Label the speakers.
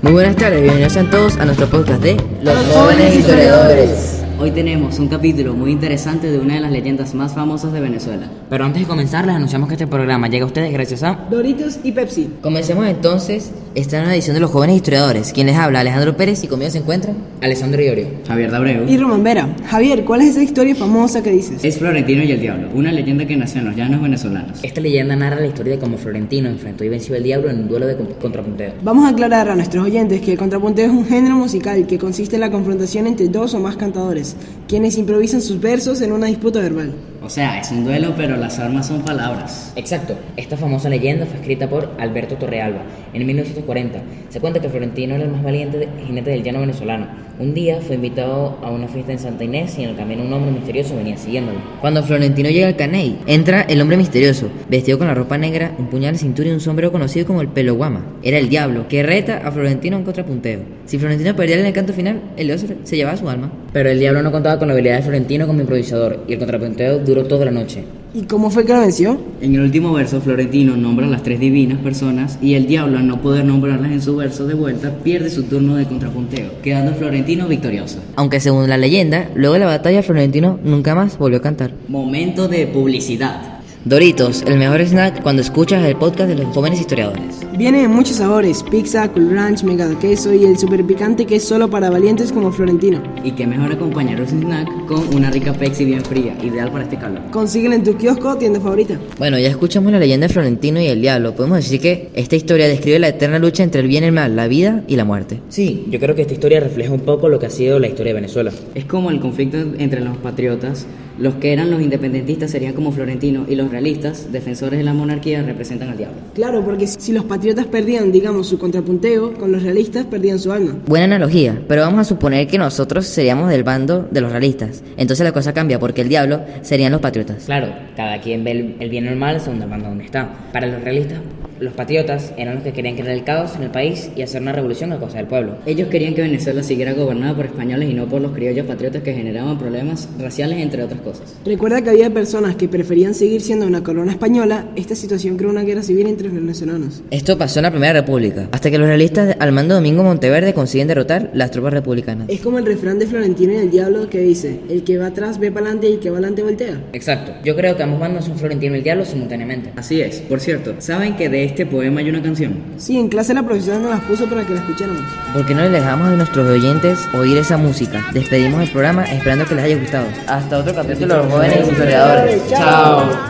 Speaker 1: Muy buenas tardes, bienvenidos a todos a nuestro podcast de
Speaker 2: Los jóvenes historiadores.
Speaker 3: Hoy tenemos un capítulo muy interesante de una de las leyendas más famosas de Venezuela.
Speaker 4: Pero antes de comenzar, les anunciamos que este programa llega a ustedes gracias a...
Speaker 2: Doritos y Pepsi.
Speaker 1: Comencemos entonces esta nueva edición de Los jóvenes historiadores. Quien les habla, Alejandro Pérez, y conmigo se encuentra.
Speaker 4: Alessandro Iorio.
Speaker 3: Javier Dabreu
Speaker 2: Y Román Vera. Javier, ¿cuál es esa historia famosa que dices?
Speaker 3: es Florentino y el Diablo, una leyenda que nació en los llanos venezolanos.
Speaker 4: Esta leyenda narra la historia de cómo Florentino enfrentó y venció al diablo en un duelo de con- contrapunteo.
Speaker 2: Vamos a aclarar a nuestros oyentes que el contrapunteo es un género musical que consiste en la confrontación entre dos o más cantadores, quienes improvisan sus versos en una disputa verbal.
Speaker 3: O sea, es un duelo, pero las armas son palabras.
Speaker 4: Exacto, esta famosa leyenda fue escrita por Alberto Torrealba en 1940. Se cuenta que Florentino era el más valiente de- jinete del llano venezolano. Un día fue invitado a una fiesta en Santa Inés y en el camino un hombre misterioso venía siguiéndolo.
Speaker 1: Cuando Florentino llega al Caney, entra el hombre misterioso, vestido con la ropa negra, un puñal en cintura y un sombrero conocido como el pelo guama. Era el diablo, que reta a Florentino a un contrapunteo. Si Florentino perdía en el canto final, el dios se- se llevaba su alma.
Speaker 4: Pero el diablo no contaba con la habilidad de Florentino como improvisador y el contrapunteo duró toda la noche.
Speaker 2: ¿Y cómo fue que lo venció?
Speaker 3: En el último verso, Florentino nombra a las tres divinas personas y el Diablo, al no poder nombrarlas en su verso de vuelta, pierde su turno de contrapunteo, quedando Florentino victorioso.
Speaker 1: Aunque según la leyenda, luego de la batalla, Florentino nunca más volvió a cantar.
Speaker 3: Momento de publicidad.
Speaker 1: Doritos, el mejor snack cuando escuchas el podcast de los jóvenes historiadores.
Speaker 2: Viene en muchos sabores, pizza, cool ranch, mega queso y el super picante que es solo para valientes como Florentino.
Speaker 3: Y qué mejor acompañar un snack con una rica Pepsi bien fría, ideal para este calor.
Speaker 2: Consíguela en tu kiosco o tienda favorita.
Speaker 1: Bueno, ya escuchamos la leyenda de Florentino y el diablo. Podemos decir que esta historia describe la eterna lucha entre el bien y el mal, la vida y la muerte.
Speaker 4: Sí, yo creo que esta historia refleja un poco lo que ha sido la historia de Venezuela.
Speaker 3: Es como el conflicto entre los patriotas, los que eran los independentistas serían como Florentino y los realistas, defensores de la monarquía, representan al diablo.
Speaker 2: Claro, porque si los patriotas perdían, digamos, su contrapunteo, con los realistas perdían su alma.
Speaker 1: Buena analogía, pero vamos a suponer que nosotros seríamos del bando de los realistas. Entonces la cosa cambia porque el diablo serían los patriotas.
Speaker 4: Claro, cada quien ve el, el bien o el mal según el bando donde está. Para los realistas, los patriotas eran los que querían crear el caos en el país y hacer una revolución a cosa del pueblo.
Speaker 3: Ellos querían que Venezuela siguiera gobernada por españoles y no por los criollos patriotas que generaban problemas raciales, entre otras cosas.
Speaker 2: Recuerda que había personas que preferían seguir siendo una corona española, esta situación creó una guerra civil entre los venezolanos.
Speaker 1: Esto pasó en la Primera República, hasta que los realistas al mando de Domingo Monteverde consiguen derrotar las tropas republicanas.
Speaker 2: Es como el refrán de Florentino y el diablo que dice, el que va atrás ve para adelante y el que va adelante voltea.
Speaker 4: Exacto, yo creo que ambos bandos son Florentino y el Diablo simultáneamente.
Speaker 3: Así es, por cierto, ¿saben que de este poema hay una canción?
Speaker 2: Sí, en clase la profesora nos las puso para que la escucháramos.
Speaker 1: ¿Por qué no le dejamos a nuestros oyentes oír esa música? Despedimos el programa esperando que les haya gustado. Hasta otro capítulo de los jóvenes historiadores.
Speaker 2: Chao.